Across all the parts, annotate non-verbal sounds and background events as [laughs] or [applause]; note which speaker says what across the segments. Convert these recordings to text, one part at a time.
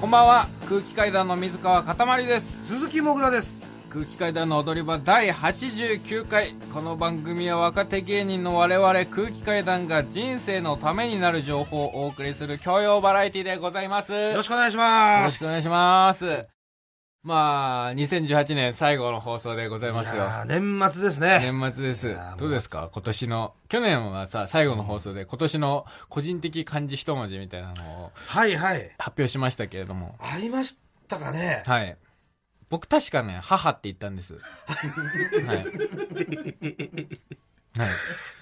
Speaker 1: こんばんは空気階段の水川かたまりです
Speaker 2: 鈴木もぐらです
Speaker 1: 空気階段の踊り場第89回この番組は若手芸人の我々空気階段が人生のためになる情報をお送りする教養バラエティでございます
Speaker 2: よ
Speaker 1: よ
Speaker 2: ろ
Speaker 1: ろし
Speaker 2: しくお願いします
Speaker 1: くお願いしますまあ2018年最後の放送でございますよ
Speaker 2: いやー年末ですね
Speaker 1: 年末です
Speaker 2: やーも。う
Speaker 1: どうですか今年の、去年はさ、最後の放送で、今年の個人的漢字一文字みたいなのを
Speaker 2: はいはい
Speaker 1: 発表しましたけれども。
Speaker 2: ありましたかね
Speaker 1: はい。僕確かね、母って言ったんです。はい。はい、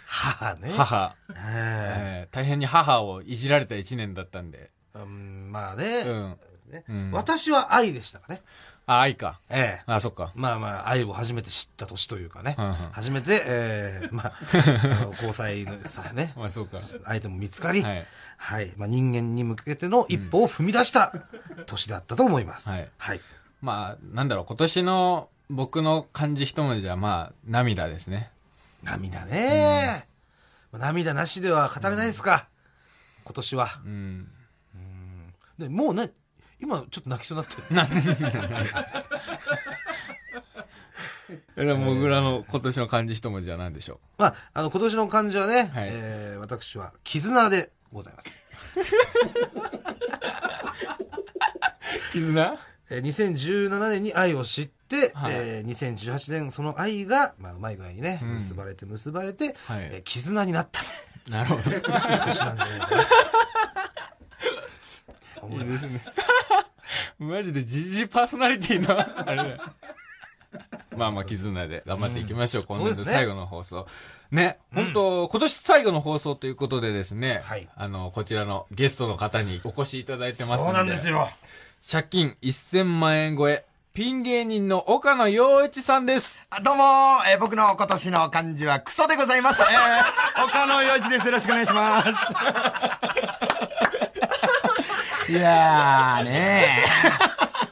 Speaker 2: 母ね
Speaker 1: 母、
Speaker 2: え
Speaker 1: えー大変に母をいじられた一年だったんで。
Speaker 2: えうんまあ
Speaker 1: う
Speaker 2: ね
Speaker 1: ん。
Speaker 2: ね
Speaker 1: うん
Speaker 2: 私は愛でしたかね
Speaker 1: あ、愛か。
Speaker 2: ええ
Speaker 1: あ、そっか。
Speaker 2: まあまあ愛を初めて知った年というかね
Speaker 1: うんうん
Speaker 2: 初めてええ
Speaker 1: [laughs]
Speaker 2: まああの交際のさね
Speaker 1: まあ、そうか。
Speaker 2: 相手も見つかり
Speaker 1: はい
Speaker 2: はいまあ人間に向けての一歩を踏み出した年だったと思います
Speaker 1: はい
Speaker 2: はい
Speaker 1: まあ、なんだろう、今年の僕の漢字一文字は、まあ、涙ですね。
Speaker 2: 涙ね、涙なしでは語れないですか、今年は
Speaker 1: うん。
Speaker 2: でもうね今ちょっと泣き [laughs] そうになってる
Speaker 1: えら、もぐらの今年の漢字一文字は何でしょ
Speaker 2: まああの今年の漢字はね、
Speaker 1: はい
Speaker 2: えー私は絆でございます、
Speaker 1: う [laughs] 絆
Speaker 2: えー2017年に愛を知って、
Speaker 1: はい
Speaker 2: えー2018年その愛が、まあ、うまい具合にね、
Speaker 1: うん
Speaker 2: 結ばれて結ばれて、
Speaker 1: はい
Speaker 2: えー絆になった
Speaker 1: なるほど。
Speaker 2: 今年なんじゃないかな思います
Speaker 1: マジでジジイパーソナリティの、あれだよまあまあ、絆で頑張っていきましょう。今年
Speaker 2: そ
Speaker 1: 度
Speaker 2: うですね
Speaker 1: 最後の放送。ね、本当、今年最後の放送ということでですね、
Speaker 2: はい
Speaker 1: あの、こちらのゲストの方にお越しいただいてます
Speaker 2: そうなんですよ
Speaker 1: 借金1000万円超え、ピン芸人の岡野陽一さんです。
Speaker 3: あどうも、えー僕の今年の漢字はクソでございます。えー、岡野洋一です。よろしくお願いします。いやーね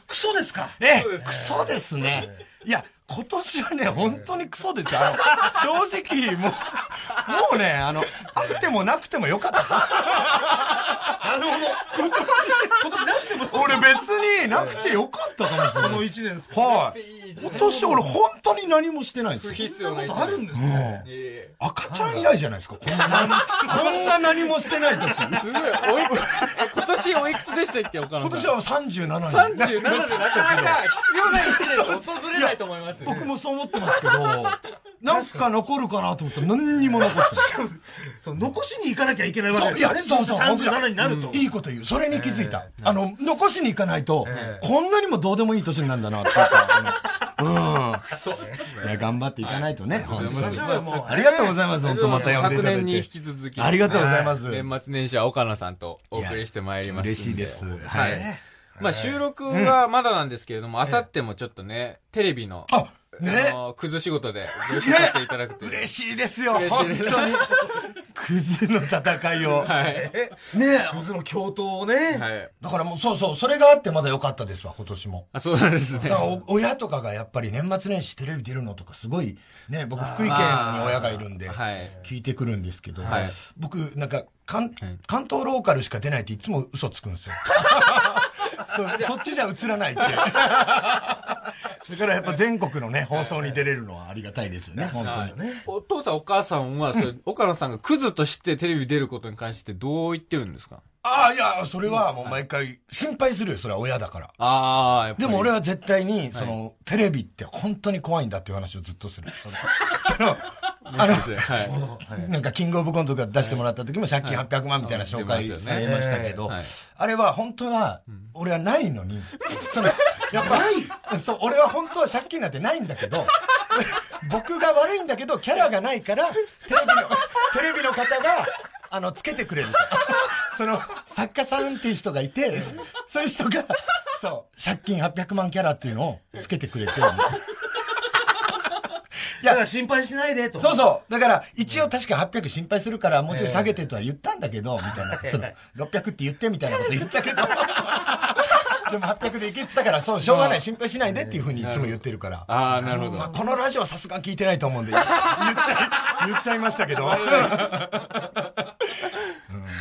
Speaker 2: クソですか
Speaker 3: え、ねクソですね。いや、今年はね、本当にクソですよ。あの正直、もう、もうね、あの、あってもなくてもよかった。なるほど。今年、今年なくても。俺別になくてよかったかもしれない。
Speaker 2: もう1年です
Speaker 3: はい。今年俺本当に何もしてないですよ。
Speaker 1: 必要な
Speaker 2: あるんですね、
Speaker 3: もう
Speaker 1: いえいえ
Speaker 3: 赤ちゃん以来じゃないですか。こんな、こんな何もしてない [laughs] 年。今
Speaker 1: すごい、おいくえ今年おいくつでしたっけ、岡野さん。
Speaker 3: 年は37年。
Speaker 1: 37でなかなか必要な一年訪れないと思いますよ。
Speaker 3: 僕もそう思ってますけど、なんか残るかなと思ったら何にも残ってない。
Speaker 2: そう残しに行かなきゃいけないわけ
Speaker 3: そういやそうそう僕ら
Speaker 2: 37になると、
Speaker 3: いいこと言う。それに気づいた。あの、残しに行かないと、こんなにもどうでもいい年になるんだなっていうか。うん。くそ。頑張っていかないとね。本当に
Speaker 1: ございます
Speaker 3: もうありがとうございます。本当また呼んでい
Speaker 1: 昨
Speaker 3: ただい
Speaker 1: 年に引
Speaker 3: て。
Speaker 1: き続き。
Speaker 3: ありがとうございます。
Speaker 1: 年末年始は岡野さんとお送りしてまいりますん。
Speaker 3: 嬉しいです。
Speaker 1: は
Speaker 3: はい
Speaker 1: い。。まあ収録はまだなんですけれども、あさってもちょっとね、テレビの、あ
Speaker 3: あ、ね。
Speaker 1: の、くず仕事でご一緒させていただくという。
Speaker 3: 嬉しいですよ。
Speaker 1: 嬉しいです
Speaker 3: 本当に。クズの戦いを。
Speaker 1: はい。
Speaker 3: ねえ、クズの共闘をね。
Speaker 1: はい。
Speaker 3: だからもうそうそう、それがあってまだ良かったですわ、今年も。
Speaker 1: あ、そうなんですね
Speaker 3: だ。からお親とかがやっぱり年末年始テレビ出るのとかすごい、ね、僕福井県に親がいるんで、
Speaker 1: はい
Speaker 3: 聞いてくるんですけど、
Speaker 1: はい
Speaker 3: 僕なんか関関東ローカルしか出ないっていつも嘘つくんです [laughs] よ。そそっちじゃ映ら [laughs] ないって。だからやっぱ全国のね、放送に出れるのはありがたいですよね、本当にね。
Speaker 1: お父さんお母さんは、それ、岡野さんがクズとしてテレビ出ることに関してどう言ってるんですか
Speaker 3: ああ、いや、それはもう毎回心配するよ、それは親だから。
Speaker 1: ああ、やっぱ
Speaker 3: で
Speaker 1: り。
Speaker 3: も俺は絶対に、その、テレビって本当に怖いんだっていう話をずっとする。 [laughs] その、そのあの、
Speaker 1: はい。
Speaker 3: なんかキングオブコントとか出してもらった時も借金800万みたいな紹介
Speaker 1: はい
Speaker 3: されましたけど
Speaker 1: はい、
Speaker 3: あれは本当は、俺はないのに、その、やっぱ、そう、俺は本当は借金なんてないんだけど、僕が悪いんだけど、キャラがないから、テレビの、テレビの方が、あの、つけてくれる。その、作家さんっていう人がいて、そういう人が、そう、借金800万キャラっていうのをつけてくれて、
Speaker 2: いやだから心配しないでと
Speaker 3: そうそう。だから、一応確か800心配するから、もうちょい下げてとは言ったんだけど、みたいな。その、600って言ってみたいなこと言 [laughs] ったけど。でも800でいけって言ったから、そう、しょうがない、心配しないでっていうふうにいつも言ってるから。
Speaker 1: ああ、なるほ
Speaker 3: まあ、
Speaker 1: ど。
Speaker 3: このラジオはさすがに聞いてないと思うんで、言っちゃい、言っちゃいましたけど。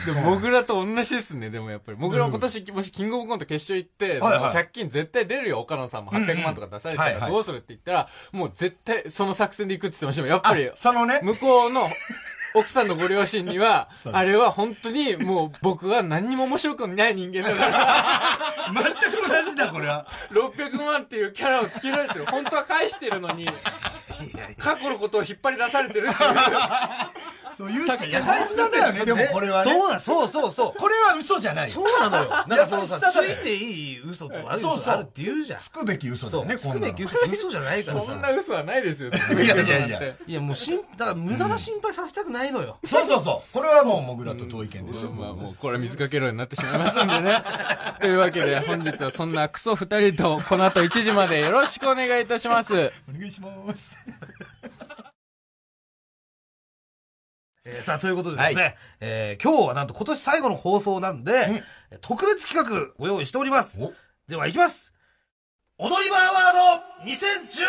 Speaker 1: でも、もぐらと同じですね、でもやっぱり。もぐらも今年、もしキングオブコント決勝行って、
Speaker 3: はい
Speaker 1: そ
Speaker 3: はい
Speaker 1: の借金絶対出るよ、岡野さんも800万とか出された
Speaker 3: はいは
Speaker 1: ら、
Speaker 3: い
Speaker 1: どうするって言ったら、もう絶対その作戦で行くって言ってましたもん。やっぱり
Speaker 3: あ、そのね、
Speaker 1: 向こうの奥さんのご両親には
Speaker 3: そう、
Speaker 1: あれは本当にもう僕は何にも面白くない人間だ
Speaker 3: [laughs]
Speaker 1: から、
Speaker 3: 全く同じだ、これは。
Speaker 1: 600万っていうキャラをつけられてる。本当は返してるのに、過去のことを引っ張り出されてる
Speaker 3: [laughs]
Speaker 1: っていう。
Speaker 3: そういうしか優しさだよね、でもこれはね。
Speaker 2: そうな、そうそうそう。
Speaker 3: これは嘘じゃないよ
Speaker 2: そうなの [laughs] よ。なんかその
Speaker 3: 優
Speaker 2: さ、
Speaker 3: し
Speaker 2: つ
Speaker 3: さだよ
Speaker 2: いていい嘘と悪い
Speaker 3: そうそう
Speaker 2: 嘘あるって言うじゃん。
Speaker 3: つくべき嘘だ
Speaker 2: そ
Speaker 3: よ
Speaker 2: う、
Speaker 3: ね、
Speaker 2: 少ない
Speaker 3: こんなの
Speaker 2: 嘘嘘じゃないから
Speaker 1: そんな
Speaker 2: さ。
Speaker 1: 嘘はないですよ。
Speaker 3: いやいやいや
Speaker 2: いや、もうしん、だから無駄な心配させたくないの [laughs] よ。
Speaker 3: そうそうそう。これはもう、もぐらと同意見ですよ。
Speaker 1: まあもうこれは水かけろになってしまいますんで
Speaker 2: [laughs]
Speaker 1: ね。というわけで本日はそんなクソ二人とこの後1時までよろしくお願いいたします。
Speaker 3: お願いします。
Speaker 2: えーさあ、ということでですね、えー今日はなんと今年最後の放送なんで、特別企画ご用意しております。
Speaker 3: お
Speaker 2: では、いきます踊り場アワード 2018!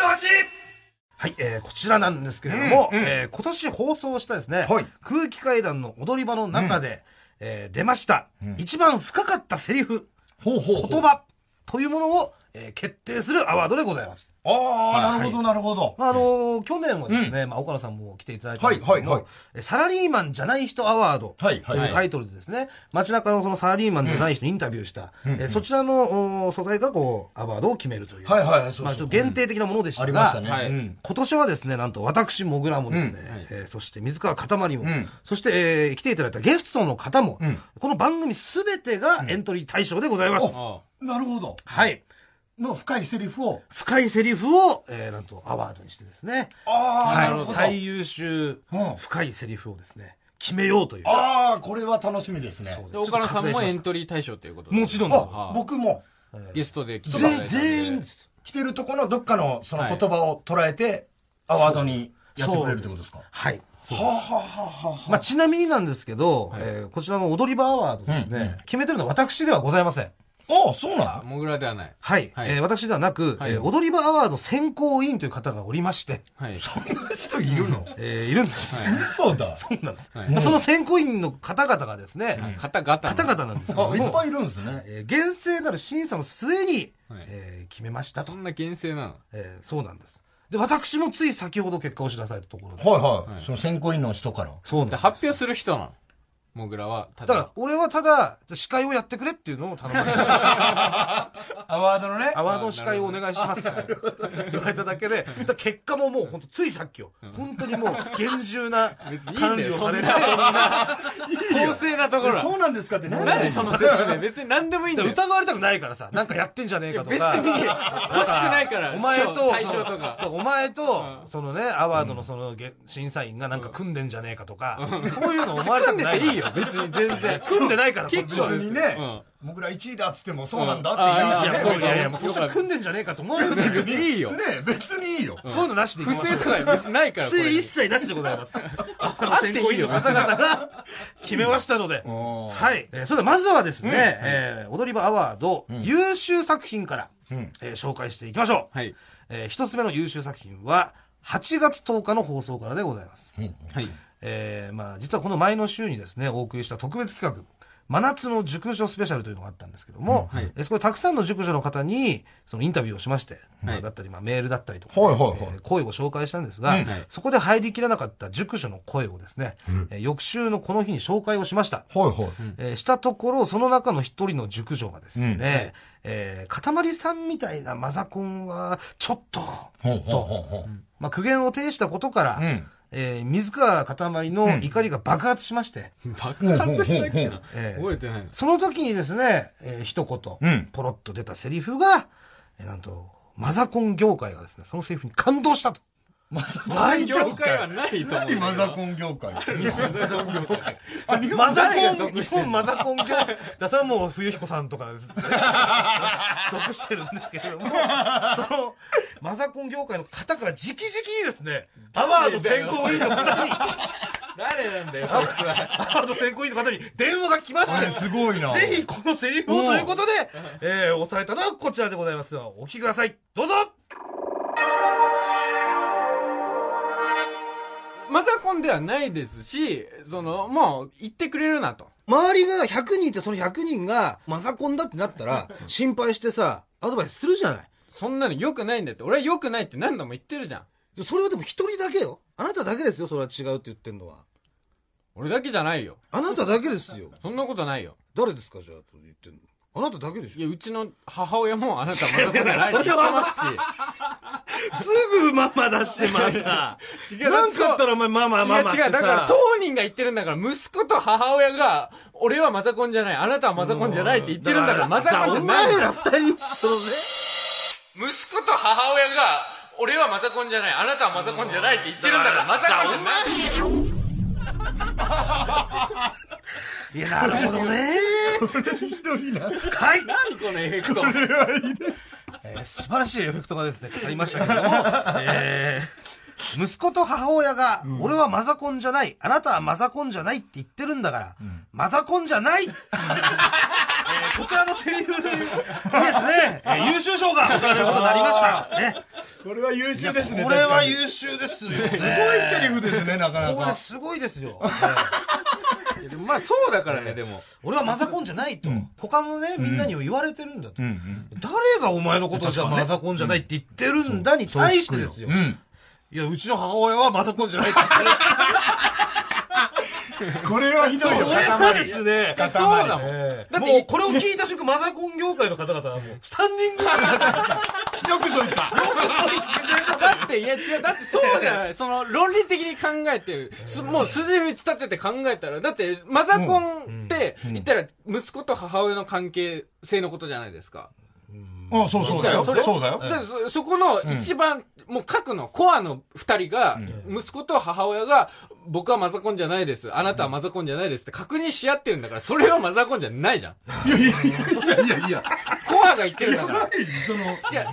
Speaker 2: はい、えーこちらなんですけれども、
Speaker 3: うんうん
Speaker 2: えー今年放送したですね、
Speaker 3: はい
Speaker 2: 空気階段の踊り場の中で、えー出ました、
Speaker 3: うん
Speaker 2: 一番深かったセリフ、
Speaker 3: ほうほうほう。
Speaker 2: 言葉というものを、えー決定するアワードでございます。
Speaker 3: ああ、なるほど、なるほど。
Speaker 2: まああのー去年はですね、まあ、岡野さんも来ていただいたんですけども、
Speaker 3: はいはいはい
Speaker 2: えサラリーマンじゃない人アワードと
Speaker 3: はいいうはい
Speaker 2: タイトルでですね、街中のそのサラリーマンじゃない人にインタビューした、えそちらのお素材がこう、アワードを決めるという、
Speaker 3: はいはいはいそうそう
Speaker 2: まあ、ちょっと限定的なものでし
Speaker 3: あ
Speaker 2: た
Speaker 3: りま
Speaker 2: が、
Speaker 3: したね。
Speaker 1: はい
Speaker 3: うん
Speaker 2: 今年はですね、なんと私、もぐらもですね、えーそして水川かたまりも、そして、えー来ていただいたゲストの方も、この番組すべてがエントリー対象でございます。
Speaker 3: おなるほど。
Speaker 2: はい。
Speaker 3: の深いセリフを。
Speaker 2: 深いセリフを、えーなんとアワードにしてですね、
Speaker 3: ああ、
Speaker 2: はい
Speaker 3: なるほど。
Speaker 2: 最優秀
Speaker 3: うん
Speaker 2: 深いセリフをですね決めようという
Speaker 3: ああ、これは楽しみですね。
Speaker 1: で岡野さんもエントリー対象ということで
Speaker 2: もちろんです
Speaker 3: あ、僕も、
Speaker 1: ゲストで来ていただいた
Speaker 2: 全
Speaker 1: んで
Speaker 2: 全員です
Speaker 3: 来てるとこのどっかのその言葉を捉えて、アワードにやってくれるってことですかは
Speaker 2: はい
Speaker 3: あはあはあは
Speaker 2: まあ、ちなみになんですけど、えーこちらの踊り場アワードですね、決めてるのは私ではございません
Speaker 3: あ。ああ、そうなの
Speaker 1: もぐらではない。
Speaker 2: はい、
Speaker 1: はい
Speaker 2: えー私ではなく、
Speaker 1: はい
Speaker 2: えー踊り場アワード選考委員という方がおりまして、
Speaker 1: はい。
Speaker 3: こんな人いるの
Speaker 2: えーいるんです、
Speaker 1: はい
Speaker 3: 嘘だ。
Speaker 2: そうなんです、
Speaker 1: はい
Speaker 2: まあその選考委員の方々がですね、
Speaker 1: 方々。
Speaker 2: 方々なんですけど
Speaker 3: あ、いっ
Speaker 2: も、
Speaker 3: ぱいいるんですね。
Speaker 2: えー厳正なる審査の末に、
Speaker 1: はい
Speaker 2: えー決めましたと
Speaker 1: そんな厳正なの。
Speaker 2: えーそうなんです。で、私もつい先ほど結果を知らされたところで。
Speaker 3: はい
Speaker 1: は
Speaker 3: はいい。その選考委員の人から。
Speaker 2: そうなん
Speaker 1: で、
Speaker 2: です。
Speaker 1: 発表する人なの。もぐらは、た
Speaker 2: だから、俺はただ、司会をやってくれっていうのを頼まれた。
Speaker 3: アワードの
Speaker 2: [laughs]
Speaker 3: ね
Speaker 2: アワードの司会をお願いしますって言われただけで、だから結果ももう本当ついさっきよ。本当にもう厳重な
Speaker 1: [laughs] 別にいいんだ
Speaker 2: 管
Speaker 1: よ、
Speaker 2: 理を
Speaker 1: そ
Speaker 2: さ
Speaker 1: ん
Speaker 2: れ
Speaker 1: な、
Speaker 2: て。
Speaker 1: そんな、公正なところ
Speaker 3: そ
Speaker 1: は。
Speaker 3: うなんですかって何
Speaker 1: なんでそのセクで別に何でもいいんだよ。
Speaker 2: 疑われたくないからさ、なんかやってんじゃねえ
Speaker 1: いや
Speaker 2: かと
Speaker 1: 別
Speaker 2: か。
Speaker 1: に、欲しくないから、
Speaker 2: お前と、
Speaker 1: 対象とか。
Speaker 2: お前と、そのね、アワードのそのげ審査員がなんか組んでんじゃねえかとか、そういうの思われた
Speaker 1: 組んで
Speaker 2: くない。
Speaker 1: ていいよ、別に全然。
Speaker 2: 組んでないから、こっち
Speaker 1: 結
Speaker 2: は
Speaker 1: 構
Speaker 3: 本
Speaker 1: です
Speaker 3: 当に
Speaker 1: よ
Speaker 3: ね
Speaker 1: うん、
Speaker 3: 僕ら1位だっつってもそうなんだって
Speaker 1: あ
Speaker 3: 言
Speaker 1: あ
Speaker 3: うし
Speaker 1: あ
Speaker 3: ね
Speaker 1: あ
Speaker 2: そういやい
Speaker 1: よ
Speaker 2: や、もうそしたら組んでんじゃねえかと思われるんだけど
Speaker 1: 別にいいよ。
Speaker 3: ね別にいいよ。
Speaker 2: そういうのなしでいき
Speaker 1: 不
Speaker 2: ましょう
Speaker 1: 正とか別にないから、こ
Speaker 2: 不正
Speaker 1: れに
Speaker 2: 一。切なしでござい [laughs] ます。
Speaker 1: あっていいよ
Speaker 2: 選考委員の方々が決めましたので。
Speaker 3: ん
Speaker 2: はい。えーそれではまずはですね、えー踊り場アワード優秀作品からえー紹介していきましょう。
Speaker 1: はい。
Speaker 2: えー一つ目の優秀作品は、8月10日の放送からでございます。
Speaker 1: はい。
Speaker 2: えーまあ、実はこの前の週にですね、お送りした特別企画、真夏の熟女スペシャルというのがあったんですけども、
Speaker 1: うんはい
Speaker 2: えーそこでたくさんの熟女の方に、そのインタビューをしまして、まあだったり、まあ、メールだったりとか、
Speaker 3: はいはいはい
Speaker 2: えー声を紹介したんですが、
Speaker 1: んはい
Speaker 2: そこで入りきらなかった熟女の声をですね、えー翌週のこの日に紹介をしました。
Speaker 3: はいはい。
Speaker 2: えーしたところ、その中の一人の熟女がですね、えーかたまりさんみたいなマザコンは、ちょっと、
Speaker 3: ほうほうほうほう。
Speaker 2: まあ、苦言を呈したことから、
Speaker 3: ん
Speaker 2: えー水川かたまりの怒りが爆発しまして、
Speaker 1: 爆発したっけな
Speaker 2: ええ
Speaker 1: 覚えてないの。
Speaker 2: その時にですね、えー一言、
Speaker 3: うん
Speaker 2: ポロッと出たセリフが、えーなんと、マザコン業界がですね、そのセリフに感動したと。
Speaker 3: マザ
Speaker 2: 大丈夫
Speaker 1: 業界はないと思う
Speaker 3: 何
Speaker 1: よ。
Speaker 3: マザコン業界
Speaker 1: マザコン業界。
Speaker 2: マザ
Speaker 1: 誰が
Speaker 2: コン、
Speaker 1: 属
Speaker 2: 日
Speaker 1: してんの
Speaker 2: 本マザコン業界、 [laughs] だそれはもう冬彦さんとかです [laughs] ね、属してるんですけれど [laughs] も、その、マザコン業界の方から直々にですね、アワード選考委員の方 [laughs] に、
Speaker 1: 誰なんだよ、そいつは。
Speaker 2: アワード選考委員の方に電話が来まし
Speaker 3: あ
Speaker 2: て
Speaker 3: れ、すごいな。
Speaker 2: ぜひこのセリフをということで、えー、押されたのはこちらでございますお聞きください。どうぞ
Speaker 1: マザコンではないですし、その、もう、言ってくれるなと。
Speaker 4: 周りが100人いてその100人がマザコンだってなったら、心配してさ、アドバイスするじゃない。
Speaker 1: そんなの良くないんだって。俺は良くないって何度も言ってるじゃん。
Speaker 4: でそれはでも一人だけよ。あなただけですよ、それは違うって言ってんのは。
Speaker 1: 俺だけじゃないよ。
Speaker 4: あなただけですよ。
Speaker 1: そんなことないよ。
Speaker 4: 誰ですか、じゃあ、と言ってんの。あなただけでし
Speaker 1: い
Speaker 4: ょ。
Speaker 1: や、うちの母親もあなたマザコンじゃないって言ってますし。
Speaker 4: すぐママ出してまた。
Speaker 1: 違う
Speaker 4: なんかあったらお前ママママっ
Speaker 1: い
Speaker 4: て
Speaker 1: や
Speaker 4: さ。
Speaker 1: 違う、だから当人が言ってるんだから、息子と母親が、俺はマザコンじゃない、あなたはマザコンじゃないって言ってるんだから、マザコンじゃない。
Speaker 4: お前ら二人、そのね。
Speaker 1: 息子と母親が、俺はマザコンじゃない、あなたはマザコンじゃないって言ってるんだから、マザコンじゃない。
Speaker 2: いや、なるほどね。
Speaker 1: 何このエフェクト。
Speaker 2: えー素晴らしいエフェクトがですね、かかりましたけれども、えー息子と母親が、俺はマザコンじゃない、あなたはマザコンじゃないって言ってるんだから、マザコンじゃないえーこちらのセリフにですね、えー優秀賞が贈られることになりました。ね、
Speaker 3: [laughs] これは優秀ですね。
Speaker 2: これは
Speaker 3: 秀。
Speaker 2: 優秀ですよ、ね。すごい
Speaker 3: すごいセリフですね、なかな
Speaker 2: これ
Speaker 3: か。
Speaker 2: すごいですよ。
Speaker 1: いやでもまあそうだからね、でも。
Speaker 2: 俺はマザコンじゃないと、他のね、みんなにも言われてるんだと。
Speaker 3: うんうん。
Speaker 2: 誰がお前のことじゃマザコンじゃないって言ってるんだに対してですよ。
Speaker 3: うん。
Speaker 2: いや、うちの母親はマザコンじゃないって言ってる。
Speaker 3: これはひどいよ。
Speaker 2: はですね
Speaker 1: そうだもん。
Speaker 2: ええもうこれを聞いた瞬間、マザコン業界の方々はもう、スタンディングオベーション
Speaker 3: よくぞ言った。
Speaker 1: [laughs] だって、いや違う、だってそうじゃない。その論理的に考えて、すもう筋道立てて考えたら、だって、マザコンって言ったら、息子と母親の関係性のことじゃないですか。
Speaker 3: うん、そうそうだよ。
Speaker 1: それ
Speaker 3: そうだよ。
Speaker 1: だからそそこの一番、もう核のコアの二人が、息子と母親が、僕はマザコンじゃないです。あなたはマザコンじゃないですって確認し合ってるんだから、それはマザコンじゃないじゃん。
Speaker 3: いやいやいや。
Speaker 1: コアが言ってるんだから。
Speaker 3: その、
Speaker 1: じゃあ、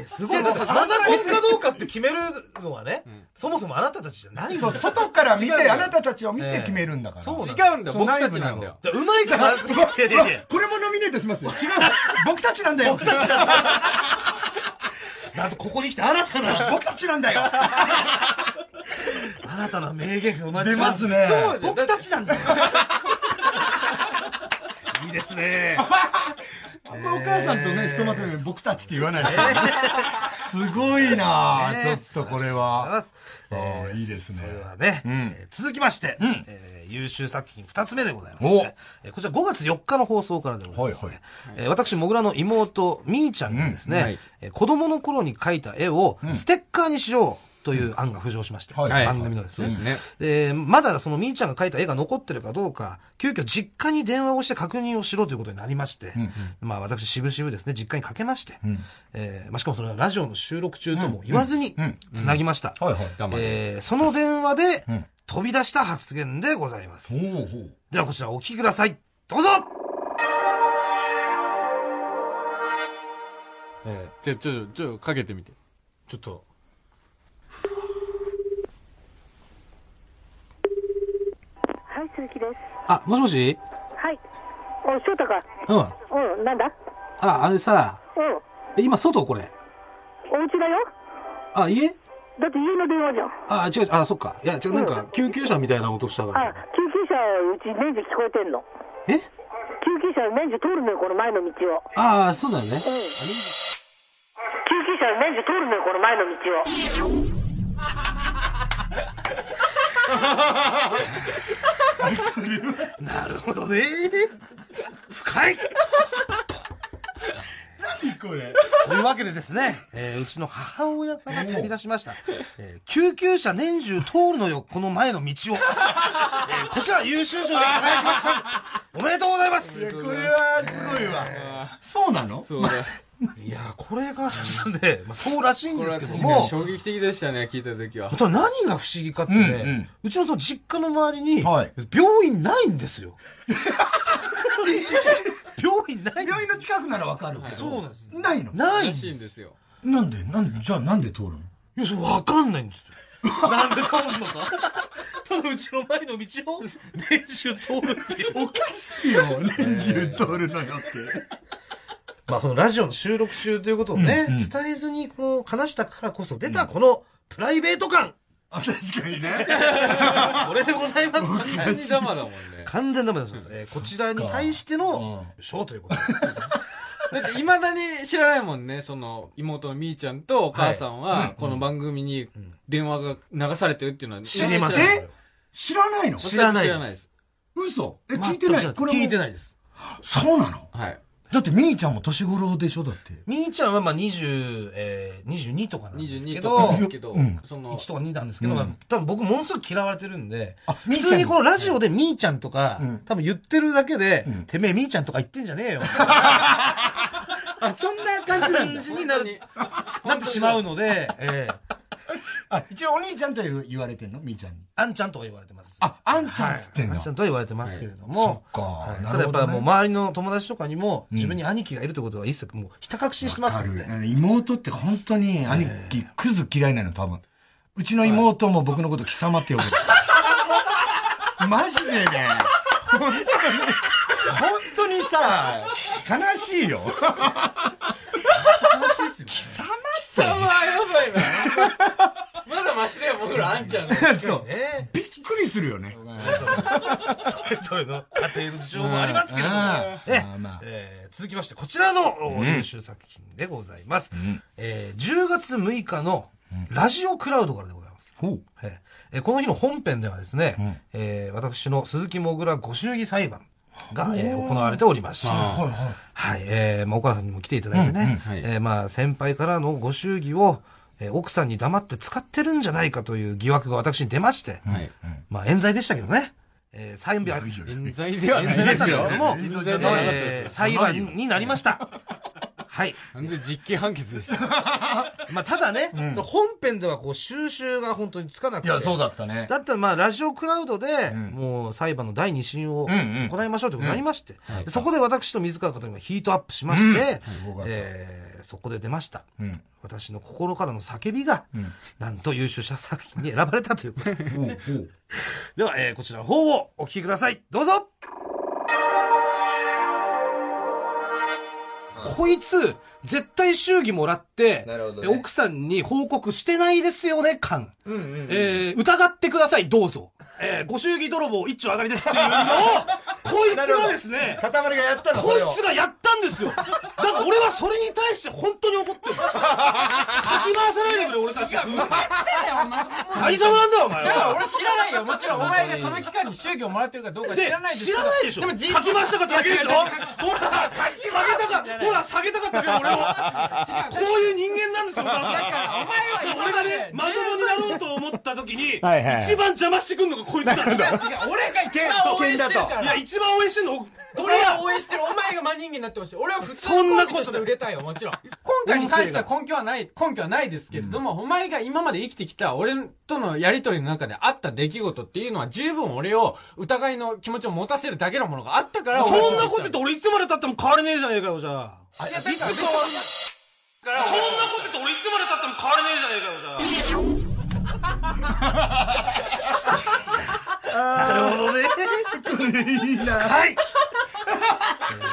Speaker 2: マザコンかどうかって決めるのはね、そもそもあなたたちじゃないんだ
Speaker 3: そ
Speaker 2: よ
Speaker 3: う、外から見
Speaker 1: 違う
Speaker 3: て、
Speaker 1: よ
Speaker 3: あなたたちを見て決めるんだから。
Speaker 2: そうなの
Speaker 1: 違うんだよ。
Speaker 3: そう
Speaker 1: 僕たちなんだよ。
Speaker 2: だからうまいから、いやいやいや
Speaker 3: これもノミネートしますよ。違う。僕たちなんだよ。僕たちなんだよ。
Speaker 2: なんとここに来て新たな、
Speaker 3: 僕たちなんだよ。
Speaker 2: 新たな名言が生まれ
Speaker 3: 出
Speaker 2: て
Speaker 3: ます。ね。
Speaker 1: そうじゃん
Speaker 2: 僕たちなんだ
Speaker 3: [laughs]
Speaker 2: よ。いいですね。
Speaker 3: あんまお母さんとね、ひとまとめに僕たちって言わないですね。すごいな
Speaker 2: ね
Speaker 3: あちょっとこれは。ああいいですね
Speaker 2: それはね、えー続きまして、えー優秀作品2つ目でございます、ねえーこちら5月4日の放送からでございます、ね
Speaker 3: はい
Speaker 2: えー私、もぐらの妹、みーちゃんがですね、
Speaker 1: うんはい
Speaker 2: えー子供の頃に描いた絵をステッカーにしようという案が浮上しまして、
Speaker 3: はい
Speaker 2: 番組のですね、
Speaker 1: そうです
Speaker 2: でまだそのみーちゃんが描いた絵が残ってるかどうか、急遽実家に電話をして確認をしろということになりまして、まあ私、しぶしぶですね、実家にかけまして、えーまあ、しかもそれはラジオの収録中とも言わずに、つなぎました。
Speaker 3: はいはい。
Speaker 1: 黙れ
Speaker 2: えーその電話で、飛び出した発言でございます。
Speaker 3: ほうほう。
Speaker 2: ではこちらお聞きください。どうぞえー
Speaker 1: じゃあ、ちょっと、ちょっとかけてみて。
Speaker 2: ちょっと。
Speaker 5: はい、鈴木です。
Speaker 2: あ、もしもし
Speaker 5: はい。お、翔太か。
Speaker 2: うん。
Speaker 5: うん、なんだ
Speaker 2: あ、あれさ、
Speaker 5: うん。
Speaker 2: え今外これ。
Speaker 5: お家だよ
Speaker 2: あ、家
Speaker 5: だって家の電話じゃん。
Speaker 2: あ、違う、あ、そっか。いや、違う、なんか救急車みたいな音したか
Speaker 5: あ
Speaker 2: ら。、
Speaker 5: 救急車、うち年次聞こえてんの。
Speaker 2: え
Speaker 5: 救急車、年次通るのよ、この前の道を。
Speaker 2: ああ、そうだよね。
Speaker 5: 救急車、年次通るのよ、この前の道を。
Speaker 2: なるほどね。深い
Speaker 3: これ。
Speaker 2: というわけでですね、 [laughs] えーうちの母親から飛び出しました。えー救急車年中通るのよ、この前の道を。え [laughs] ーこちら優秀賞で輝きました。おめでとうございます。
Speaker 3: これはすごいわ。そうなの
Speaker 1: そうだ。
Speaker 2: いやー、これがですね、まあ、 [laughs] そうらしいん
Speaker 1: こ
Speaker 2: で
Speaker 1: れは
Speaker 2: すけど
Speaker 1: 確か
Speaker 2: も
Speaker 1: に、衝撃的でしたね、聞いた時は
Speaker 2: あ。と何が不思議かってね、
Speaker 3: うんうん
Speaker 2: うちのその実家の周りに、
Speaker 3: はい
Speaker 2: 病院ないんですよ。 [laughs] 病院ないんです
Speaker 3: 病院の近くならわかるけど。
Speaker 2: そうなんですよ
Speaker 3: ないの
Speaker 2: ないん
Speaker 1: ら
Speaker 2: です
Speaker 1: しい
Speaker 2: よ
Speaker 1: んですよ。
Speaker 3: なんでなんでじゃあなんで通るの
Speaker 2: いや、それわかんないんですよ。なんで通るのか [laughs] ただうちの前の道を年中通るっていう。
Speaker 3: いいよ、年中通るのよって。
Speaker 2: [laughs] まあこのラジオの収録 [laughs] 中ということをね、伝えずにこう話したからこそ出たこのプライベート感。
Speaker 3: [laughs] あ確かにね。
Speaker 2: これでございます。
Speaker 1: 完全にダマだもんね。
Speaker 2: [laughs] 完全ダメです。えーこちらに対しての、ショーということで。
Speaker 1: だって、未だに知らないもんね、その、妹のみーちゃんとお母さんは、この番組に電話が流されてるっていうのは、
Speaker 2: 知りません
Speaker 3: え [laughs] 知らないの
Speaker 1: 知
Speaker 2: 知
Speaker 1: らな
Speaker 2: らないい
Speaker 1: で
Speaker 2: ですす。
Speaker 3: 嘘え、聞いてない。。
Speaker 2: 全く聞いてないいです。
Speaker 3: そうなの
Speaker 1: はい。
Speaker 3: だって、みーちゃんも年頃でしょだって。
Speaker 2: みーちゃんはまあ20、えー、22とかなんですけ
Speaker 1: 22
Speaker 2: ど、
Speaker 1: とかなん
Speaker 2: [laughs]
Speaker 1: ですけど
Speaker 3: うん、
Speaker 1: その
Speaker 2: 1、とか2なんですけど、まあ多分僕ものすごく嫌われてるんで
Speaker 3: あ、みー
Speaker 2: 普
Speaker 3: ちゃん
Speaker 2: 通にこのラジオでみーちゃんとか
Speaker 3: うん、
Speaker 2: 多分言ってるだけで
Speaker 3: うん、
Speaker 2: てめえみーちゃんとか言ってんじゃねえよ。
Speaker 3: [laughs] あ、そんな感じなん
Speaker 2: 感
Speaker 3: だ。
Speaker 2: じになる、なってしまうので、えー、
Speaker 3: あ、一応お兄ちゃんと言う言われてんのみーちゃんに。
Speaker 2: あんちゃんとは言われてます。
Speaker 3: あ、あんちゃんっつってん
Speaker 2: あ
Speaker 3: だ。
Speaker 2: んちゃんとは言われてますけれど
Speaker 3: そ
Speaker 2: も、
Speaker 3: っか。
Speaker 2: はい
Speaker 3: な
Speaker 2: た
Speaker 3: る
Speaker 2: だやっ
Speaker 3: ほ
Speaker 2: ぱ
Speaker 3: どね
Speaker 2: もう周りの友達とかにも、
Speaker 3: うん
Speaker 2: 自分に兄貴がいるってことは一切もうひた隠しにしてますんで [laughs]
Speaker 3: わかる妹って本当に兄貴クズ嫌いなの多分うちの妹も僕のこと貴様って呼ぶ [laughs] マジでね本当に本当にさ悲しいよ
Speaker 1: 貴様はやばいな。 [laughs] まだマシだよ、僕ら、あんちゃんの。
Speaker 3: そう
Speaker 2: え
Speaker 3: びっくりするよね
Speaker 2: ー [laughs] それぞれの家庭の事情もありますけれども、ね
Speaker 3: まあまあ
Speaker 2: えー続きましてこちらのお優秀作品でございます、えー10月6日のラジオクラウドからでございます、
Speaker 3: ほう
Speaker 2: はいえーこの日の本編ではですね、えー私の鈴木もぐらご祝儀裁判が、えー行われておりました、
Speaker 3: はいは
Speaker 2: はい、えー、まあ、岡田さんにも来ていただいてね、
Speaker 1: はい
Speaker 2: えーまあ、先輩からのご祝儀を、えー奥さんに黙って使ってるんじゃないかという疑惑が私に出まして、
Speaker 1: はい。
Speaker 2: まあ、冤罪でしたけどね、えー、裁判、
Speaker 1: 冤罪ではない
Speaker 2: 冤
Speaker 1: で
Speaker 2: 罪だった
Speaker 1: す
Speaker 2: んで
Speaker 1: よ
Speaker 2: すけ。ども、
Speaker 1: 冤罪ではなかった
Speaker 2: え
Speaker 1: で
Speaker 2: ー
Speaker 1: すよ。
Speaker 2: 裁判になりました。はい。
Speaker 1: 完全に実刑判決でした。
Speaker 2: まあ、ただね、その本編ではこう、収集が本当につかなくて。
Speaker 3: いいやそう
Speaker 2: だ。
Speaker 3: だったね
Speaker 2: ったらまあ、ラジオクラウドで、もう裁判の第二審を
Speaker 3: んうん
Speaker 2: 行いましょうということになりまして、
Speaker 1: はい
Speaker 2: でそこで私と水川かと今ヒートアップしまして、
Speaker 3: ごかった
Speaker 2: えーそこで出ました。
Speaker 3: うん
Speaker 2: 私の心からの叫びが、なんと優秀者作品に選ばれたということで
Speaker 3: ほうほう
Speaker 2: では、えーこちらの方をお聞きくださいどうぞこいつ絶対祝儀もらって、
Speaker 3: なるほどね
Speaker 2: え奥さんに報告してないですよね感、えー疑ってくださいどうぞ、えーご祝儀泥棒一丁上がりですっていう [laughs] のをこいつがですね
Speaker 3: 塊がやったの
Speaker 2: こい
Speaker 3: それを
Speaker 2: つがやったんですよだから俺はそれに対して本当に怒ってるかき回さないでくれ俺たち [laughs] 大丈夫なんだよお前
Speaker 1: だから
Speaker 2: は
Speaker 1: 俺知らないよ。もちろんお前がその期間に宗教もらってるかどうか
Speaker 2: で
Speaker 1: 知らないです
Speaker 2: 知らないでしょ
Speaker 1: でも
Speaker 2: 書き
Speaker 1: 人
Speaker 2: 回したかっただけでしょ
Speaker 1: い
Speaker 2: ほ
Speaker 1: や
Speaker 2: ら下げたかったほら下げたかったけど俺は
Speaker 1: 違う
Speaker 2: こういう人間なんですよ俺
Speaker 1: だか
Speaker 2: は
Speaker 1: らお前は今
Speaker 2: 俺
Speaker 1: ま
Speaker 2: が
Speaker 1: で
Speaker 2: ねまともになろうと思った時に一
Speaker 3: はいはい
Speaker 2: 番邪魔してくんのがこいつだい
Speaker 1: 違う違う俺が一番応援してるから
Speaker 2: や一番応援してんの俺
Speaker 1: 俺が
Speaker 2: は
Speaker 1: 応援してるお前が真人間になってほしい俺は普通
Speaker 2: そんな
Speaker 1: に
Speaker 2: こ
Speaker 1: コンビと
Speaker 2: と
Speaker 1: して売れたよもちろん今回に関しては根拠はない根拠はないですけれども、お前が今まで生きてきた俺とのやりとりの中であった出来事っていうのは十分俺を疑いの気持ちを持たせるだけのものがあったから
Speaker 2: そん
Speaker 1: 俺は
Speaker 2: なこと言って俺いつまで経っても変われねえじゃねえかよじゃあ
Speaker 1: いやだから別に
Speaker 2: そんなこと言って俺いつまで経っても変われねえじゃねえかよじゃあなるほどね。はい。えー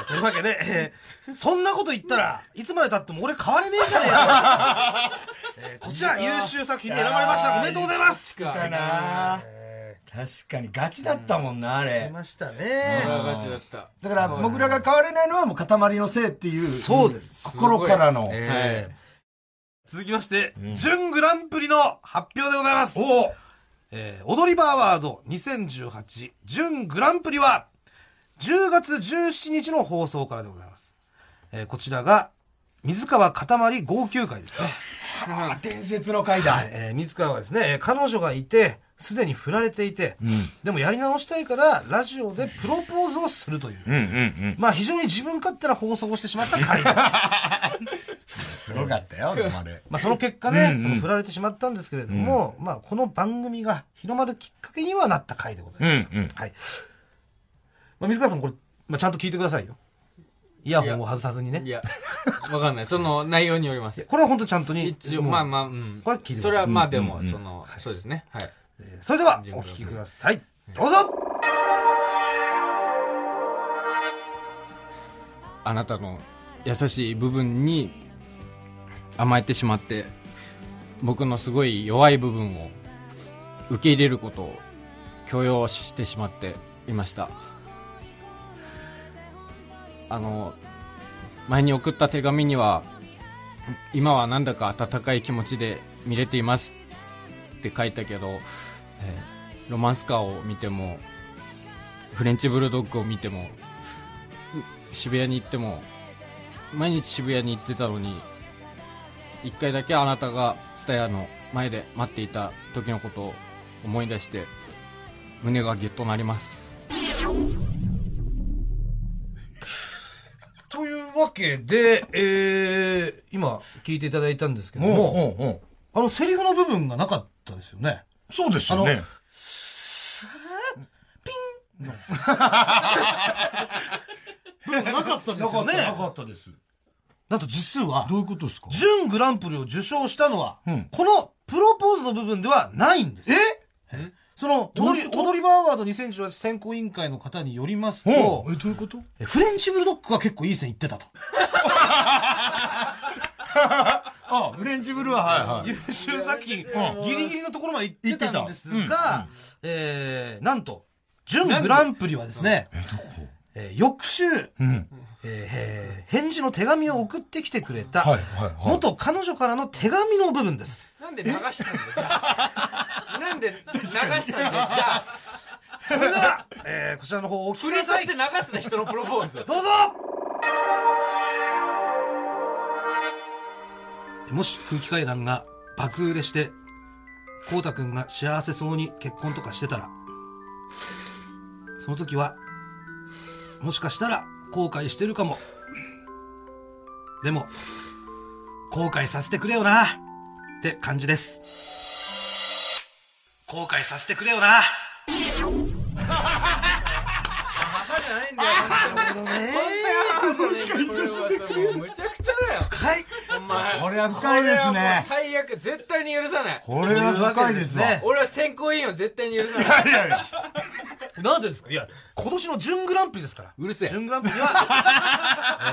Speaker 2: というわけで、えーそんなこと言ったらいつまでたっても俺変われねえじゃね [laughs] えか、えーこちら優秀作品に選ばれましたおめでとうございます
Speaker 1: か
Speaker 3: だな確かにガチだったもんなあれ
Speaker 2: ましたね
Speaker 1: 俺はガチだった
Speaker 3: だからもぐらが変われないのはもう塊のせいっていう
Speaker 2: そうです
Speaker 3: 心からの
Speaker 2: えー続きまして、準グランプリの発表でございます。えー踊り場アワード2018準グランプリは、10月17日の放送からでございます。えーこちらが、水川かたまり号泣会ですね。
Speaker 3: 伝説の回 [laughs] だ
Speaker 2: えー水川はですね、えー彼女がいて、すでに振られていて、でもやり直したいから、ラジオでプロポーズをするという。まあ非常に自分勝手な放送をしてしまった回です。
Speaker 3: すごかったよでもあれ
Speaker 2: まあ、その結果ね、その振られてしまったんですけれども、まあ、この番組が広まるきっかけにはなった回でございます。はい。まあ、水川さん、これ、まあ、ちゃんと聞いてくださいよ。イヤホンを外さずにね。
Speaker 1: いやわかんないその内容によります
Speaker 2: これは本当ちゃんとに。
Speaker 1: 一応
Speaker 2: もう
Speaker 1: まあまあうん
Speaker 2: これ聞いてくださ
Speaker 1: そ
Speaker 2: い
Speaker 1: れはまあでも、その、そうですねはい
Speaker 2: えーそれでは、お聞きください。どうぞ
Speaker 1: あなたの優しい部分に甘えてしまって僕のすごい弱い部分を受け入れることを許容してしまっていましたあの前に送った手紙には今はなんだか温かい気持ちで見れていますって書いたけど、えーロマンスカーを見てもフレンチブルドッグを見てもう渋谷に行っても毎日渋谷に行ってたのに一回だけあなたが蔦屋の前で待っていた時のことを思い出して胸がギュッとなります
Speaker 2: というわけで、えー、今聞いていただいたんですけども、
Speaker 3: うんうんうん
Speaker 2: あのセリフの部分がなかったですよね。
Speaker 3: そうですよね。
Speaker 2: なかったです
Speaker 3: なか
Speaker 2: よ
Speaker 3: った、
Speaker 2: ね。
Speaker 3: なかったです。
Speaker 2: なんと実は、
Speaker 3: どういうことですか
Speaker 2: 準グランプリを受賞したのは、
Speaker 3: うん
Speaker 2: このプロポーズの部分ではないんです。えその、
Speaker 3: どう
Speaker 2: 踊
Speaker 3: い
Speaker 2: り、
Speaker 3: うこと
Speaker 2: 踊り場アワード2018選考委員会の方によります
Speaker 3: うん
Speaker 2: と、
Speaker 3: え、どういうこと
Speaker 2: えフレンチブルドッグが結構いい線いってたと。
Speaker 3: あ、フレンチブルは、はい
Speaker 2: 優
Speaker 3: はい。
Speaker 2: 秀作品、ギリギリのところまで行ってたんです
Speaker 3: 行って
Speaker 2: が、えー、なんと、準グランプリはですね、
Speaker 3: え、どこ
Speaker 2: えー翌週、えー
Speaker 3: うん。
Speaker 2: えー返事の手紙を送ってきてくれた、
Speaker 3: はいはいはい
Speaker 2: 元彼女からの手紙の部分です。
Speaker 1: なんで流したんだじゃあ [laughs] なんで流したんだじゃあ
Speaker 2: それでは、えーこちらの方をお聞き
Speaker 1: 触
Speaker 2: く
Speaker 1: れ
Speaker 2: だ
Speaker 1: と
Speaker 2: さ
Speaker 1: し
Speaker 2: い
Speaker 1: て。流すな人のプロポーズ
Speaker 2: どうぞもし空気階段が爆売れして、こうたくんが幸せそうに結婚とかしてたら、その時は、もしかしたら後悔してるかも。でも、後悔させてくれよな、って感じです。後悔させてくれよな。
Speaker 1: バカじゃないんだよ本当にこれはさもうむちゃくちゃだよ
Speaker 2: はい。
Speaker 1: お前
Speaker 3: これは深いですね
Speaker 1: これはもう最悪絶対に許さない
Speaker 3: これは深いですわ。
Speaker 1: 俺は選考委員を絶対に許さない
Speaker 3: いやいや
Speaker 2: なんでですかいや、今年の準グランプリですから。
Speaker 1: うるせえ
Speaker 2: 準グランプリは、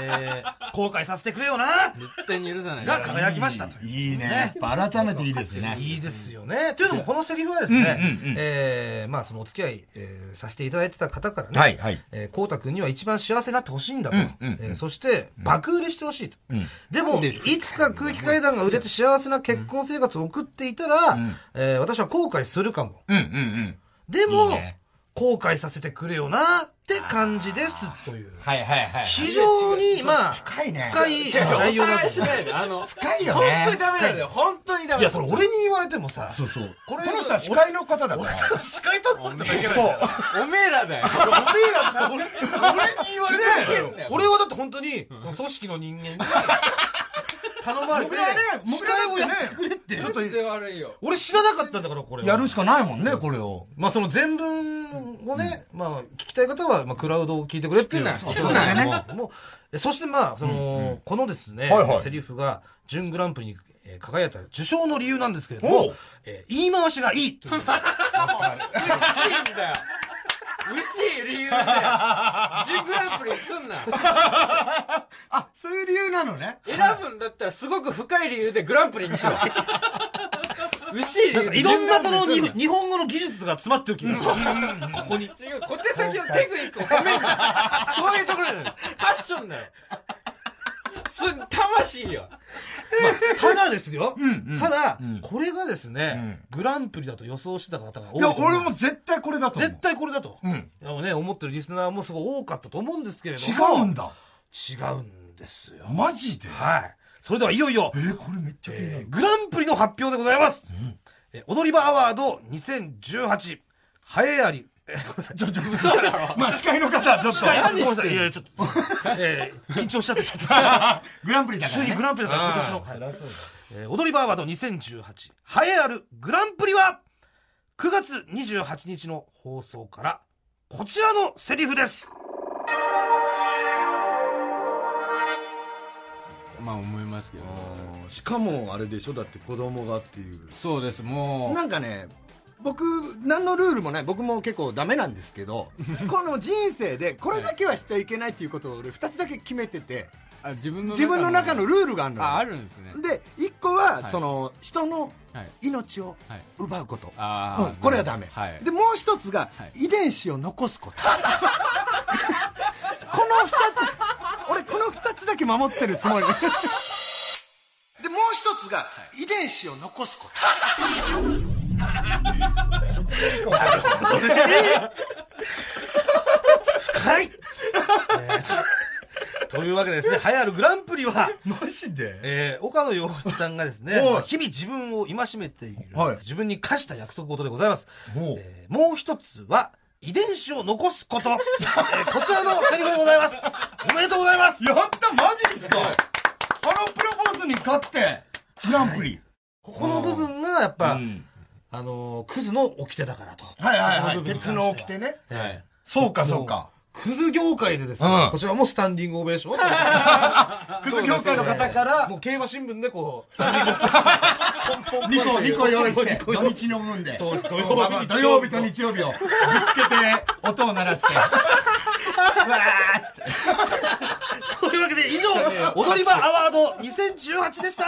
Speaker 2: えー、後悔させてくれよな
Speaker 1: 絶対に許さない
Speaker 2: が輝きましたという。
Speaker 3: いいね。やっぱ改めていいですね。
Speaker 2: いいですよね。というのも、このセリフはですね、えーまあ、そのお付き合い、えーさせていただいてた方からね、
Speaker 3: はいはい
Speaker 2: えー、こうたくんには一番幸せになってほしいんだと、
Speaker 3: うんうん
Speaker 2: えーそして、爆売れしてほしいと。でも、いつか空気階段が売れて幸せな結婚生活を送っていたら、えー私は後悔するかも。
Speaker 3: うんうんうん。
Speaker 2: でも、
Speaker 3: いいね
Speaker 2: 後悔させてくれよなって感じですという。
Speaker 3: はいはいはい。
Speaker 2: 非常に、まあ、
Speaker 3: 深いね。
Speaker 2: 深
Speaker 1: い
Speaker 2: い
Speaker 1: やいやお
Speaker 2: 内容
Speaker 1: さ
Speaker 2: だ
Speaker 1: ら
Speaker 2: と
Speaker 1: いしないであの
Speaker 3: 深いよ
Speaker 1: 本
Speaker 3: ね
Speaker 1: 当にダメなんだよ本当にダメ
Speaker 2: いや、それ俺に言われてもさ、
Speaker 3: そうそう。
Speaker 2: こ
Speaker 3: こ
Speaker 2: れ
Speaker 3: の人は司会の方だから。
Speaker 2: 司会だったんだけど、
Speaker 3: そう。
Speaker 1: おめえらだよ
Speaker 3: おめえら俺、俺に言われてんだよ。
Speaker 1: んだよ
Speaker 2: 俺はだって本当に、組織の人間に頼まれて
Speaker 3: 僕らね、
Speaker 2: 司
Speaker 3: 僕
Speaker 2: 会
Speaker 3: ら
Speaker 2: を
Speaker 3: も
Speaker 2: や
Speaker 3: や
Speaker 2: ってくれって。
Speaker 1: マジで悪いよ
Speaker 2: 俺知らなかったんだから、これは。
Speaker 3: やるしかないもんね、これを。
Speaker 2: まあ、その全文をね、まあ、聞きたい方は、まあ、クラウドを聞いてくれっていう。
Speaker 1: 聞くな
Speaker 2: そう
Speaker 1: 聞く
Speaker 3: な
Speaker 2: そうだねもうえそしてまあ、その、このですね
Speaker 3: はいは、い
Speaker 2: セリフが、準グランプリにえー輝いた受賞の理由なんですけれども
Speaker 3: お、
Speaker 2: えー言い回しがいいと
Speaker 3: [laughs]
Speaker 2: いう。
Speaker 1: 嬉しいんだよ嬉しい理由で準グランプリすんな
Speaker 3: あ、そういう理由なのね。
Speaker 1: 選ぶんだったらすごく深い理由でグランプリにしろ嬉しい理由で
Speaker 2: いろんなその
Speaker 1: 違
Speaker 2: に
Speaker 1: う
Speaker 2: 日本語の技術が詰まってる気がするここに。
Speaker 1: 小手先のテクニックを褒めんなそういうところなのよパッションだよす魂よ
Speaker 2: ただですよ。ただ、これがですね、グランプリだと予想してた方が多い
Speaker 3: い
Speaker 2: と
Speaker 3: や、
Speaker 2: 思う。
Speaker 3: 俺も絶対これだと思う。
Speaker 2: 絶対これだと。
Speaker 3: うん
Speaker 2: あのね、思ってるリスナーもすごい多かったと思うんですけれど
Speaker 3: 違
Speaker 2: も。
Speaker 3: うん。だ。
Speaker 2: 違うんですよ。
Speaker 3: マジで
Speaker 2: はい。それではいよいよ
Speaker 3: え、ー、これめっちゃ気にな
Speaker 2: え
Speaker 3: る
Speaker 2: ー。グランプリの発表でございます。えー踊り場アワード2018、栄えあり、えーごめんなさい [laughs] ちょ、ちょ、嘘だろ。
Speaker 3: まあ、司会の方はちょっと。
Speaker 2: 何していやいや、 [laughs] ちょっと、えー緊張しちゃって、ちょっと。
Speaker 3: グランプリだから、
Speaker 2: ついに
Speaker 3: ね
Speaker 2: グ。ランプリだった今年の、はいえー踊り場アワード2018栄えあるグランプリは9月28日の放送からこちらのセリフです
Speaker 1: まあ思いますけど
Speaker 6: うんしかもあれでしょだって子供がっていう
Speaker 1: そうですもう
Speaker 6: なんかね僕何のルールもない僕も結構ダメなんですけどこの人生でこれだけはしちゃいけないっていうことを俺2つだけ決めてて
Speaker 1: あ自分の
Speaker 6: 自分の中のルールがあるのよ
Speaker 1: ああるんですね
Speaker 6: で1個は、その、人の
Speaker 1: はい
Speaker 6: 命を
Speaker 1: はい
Speaker 6: 奪うこと。
Speaker 1: あ
Speaker 6: うん、これはダメ、
Speaker 1: はい
Speaker 6: でもう一つが、遺伝子を残すこと [laughs] この二つ俺この二つだけ守ってるつも
Speaker 1: [laughs]
Speaker 6: りでもう一つが、遺伝子を残すこと
Speaker 2: はい、えー [laughs] というわけでですね、流行るグランプリは、
Speaker 3: マジで
Speaker 2: えー、岡野陽一さんがですね、日々自分を戒めている、
Speaker 3: はい
Speaker 2: 自分に課した約束事でございます。
Speaker 3: おう
Speaker 2: えーもう一つは、遺伝子を残すこと、えーこちらのセリフでございます。おめでとうございます。
Speaker 3: やったマジですかハロープロポーズに勝ってグランプリ
Speaker 2: ここの部分が、やっぱ、
Speaker 3: うん
Speaker 2: あのークズの掟だからと。
Speaker 3: はいはいは
Speaker 2: こ
Speaker 3: い
Speaker 2: 部分に
Speaker 3: 鉄
Speaker 2: 関して
Speaker 3: の掟ね
Speaker 2: はい。
Speaker 3: そうかそうか
Speaker 2: クズ業界でですね、
Speaker 3: うん
Speaker 2: こちらもスタンディングオベーションを。
Speaker 3: クズ業界の方から
Speaker 2: もう競馬新聞でこう、
Speaker 3: 2個2個用意して
Speaker 2: 二個
Speaker 3: 土日の分で
Speaker 2: そうです土曜日
Speaker 3: まあまあ土曜日と日曜日をぶつけて音を鳴らしてわーっつって
Speaker 2: というわけで以上、 [laughs] 踊り場アワード2018でした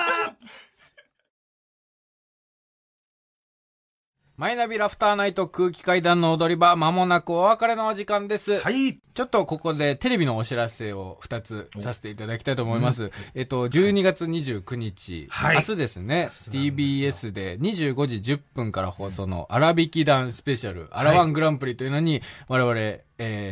Speaker 1: マイナビラフターナイト空気階段の踊り場、まもなくお別れのお時間です。
Speaker 2: い。
Speaker 1: ちょっとここでテレビのお知らせを2つさせていただきたいと思います。えっと、12月29日、
Speaker 2: はい
Speaker 1: 明日ですね、TBS で25時10分から放送の荒引き団スペシャル、アラワングランプリというのに我々、え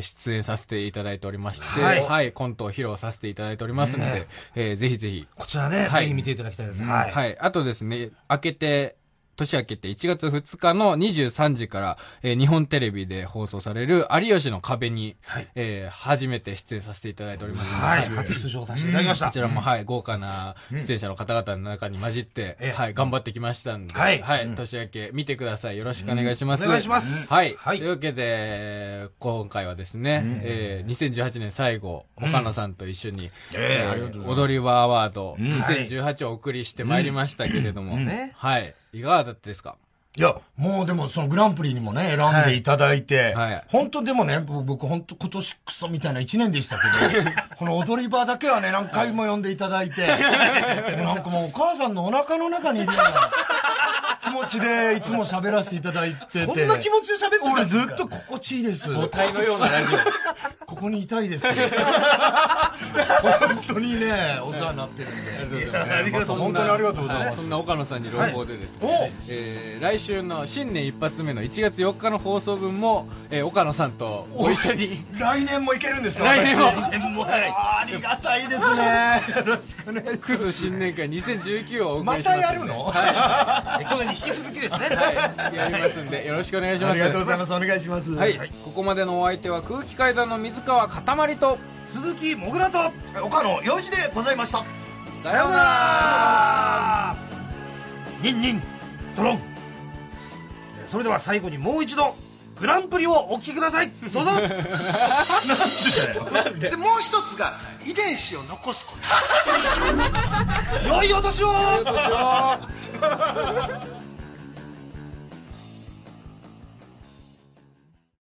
Speaker 1: ー出演させていただいておりまして、は、
Speaker 2: はいい
Speaker 1: コントを披露させていただいておりますので、
Speaker 2: ね
Speaker 1: えーぜひぜひ
Speaker 2: こちらね、
Speaker 1: はい
Speaker 2: ぜひ見ていただきたいです。
Speaker 1: はい。あとですね、明けて、年明けて1月2日の23時から、えー日本テレビで放送される有吉の壁に、えー初めて出演させていただいておりますので、
Speaker 2: はい。
Speaker 1: こ
Speaker 2: 初出場させていただきました。
Speaker 1: ちらも、はい、豪華な出演者の方々の中に混じって、
Speaker 2: ええ
Speaker 1: はい、頑張ってきましたんで、
Speaker 2: はい
Speaker 1: 年明け見てください。よろしくお願いします。
Speaker 2: うんお願いします
Speaker 1: はい。
Speaker 2: はい
Speaker 1: というわけで、今回はですね、えー2018年最後、岡野さんと一緒に、えー踊り場アワード2018をお送りしてまいりましたけれども、
Speaker 2: ね
Speaker 1: はい。いかがだったですか
Speaker 3: いやもうでもそのグランプリにもね選んでいただいて、
Speaker 1: はい
Speaker 3: 本当でもね僕僕本当今年クソみたいな1年でしたけ
Speaker 2: [laughs]
Speaker 3: どこの踊り場だけはね何回も呼んでいただいて、もうなんかもうお母さんのお腹の中にいるような気持ちでいつも喋らせていただいてて
Speaker 2: そんな気持ちで喋ってたん
Speaker 3: 俺
Speaker 2: です
Speaker 3: ず
Speaker 2: か
Speaker 3: っと心地いいです
Speaker 1: 母体のようなラジオ。
Speaker 3: ここにいた
Speaker 1: [laughs]
Speaker 3: いです。本当にね、お世話になってるんで。
Speaker 2: ありがとうございます。本当にありがとうございます。
Speaker 1: そんな岡野さんに朗報でですね、えー来週の新年一発目の1月4日の放送分も、えー岡野さんとご一緒に
Speaker 3: 来年もいけるんですか
Speaker 1: 来年も
Speaker 3: 来年もあありがたいですね。よろしくお願いします。
Speaker 1: クズ新年会2019をお送
Speaker 3: ま
Speaker 1: りしま
Speaker 3: た
Speaker 1: す
Speaker 3: やるの、
Speaker 2: え去年に引き続きですね。
Speaker 1: はい、やりますんでよろしくお願いします
Speaker 3: ありがとうございます。お願いします。
Speaker 1: はい、ここまでのお相手は空気階段の水川かたまりと
Speaker 2: 鈴木もぐらと、岡野洋一でございました。
Speaker 1: さようなら
Speaker 2: ニンニン、ドロン。えそれでは最後にもう一度、グランプリをお聞きください。ど
Speaker 1: [laughs]
Speaker 2: うぞ
Speaker 6: でもう一つが、遺伝子を残すこと
Speaker 2: 良いお年を
Speaker 1: よしよ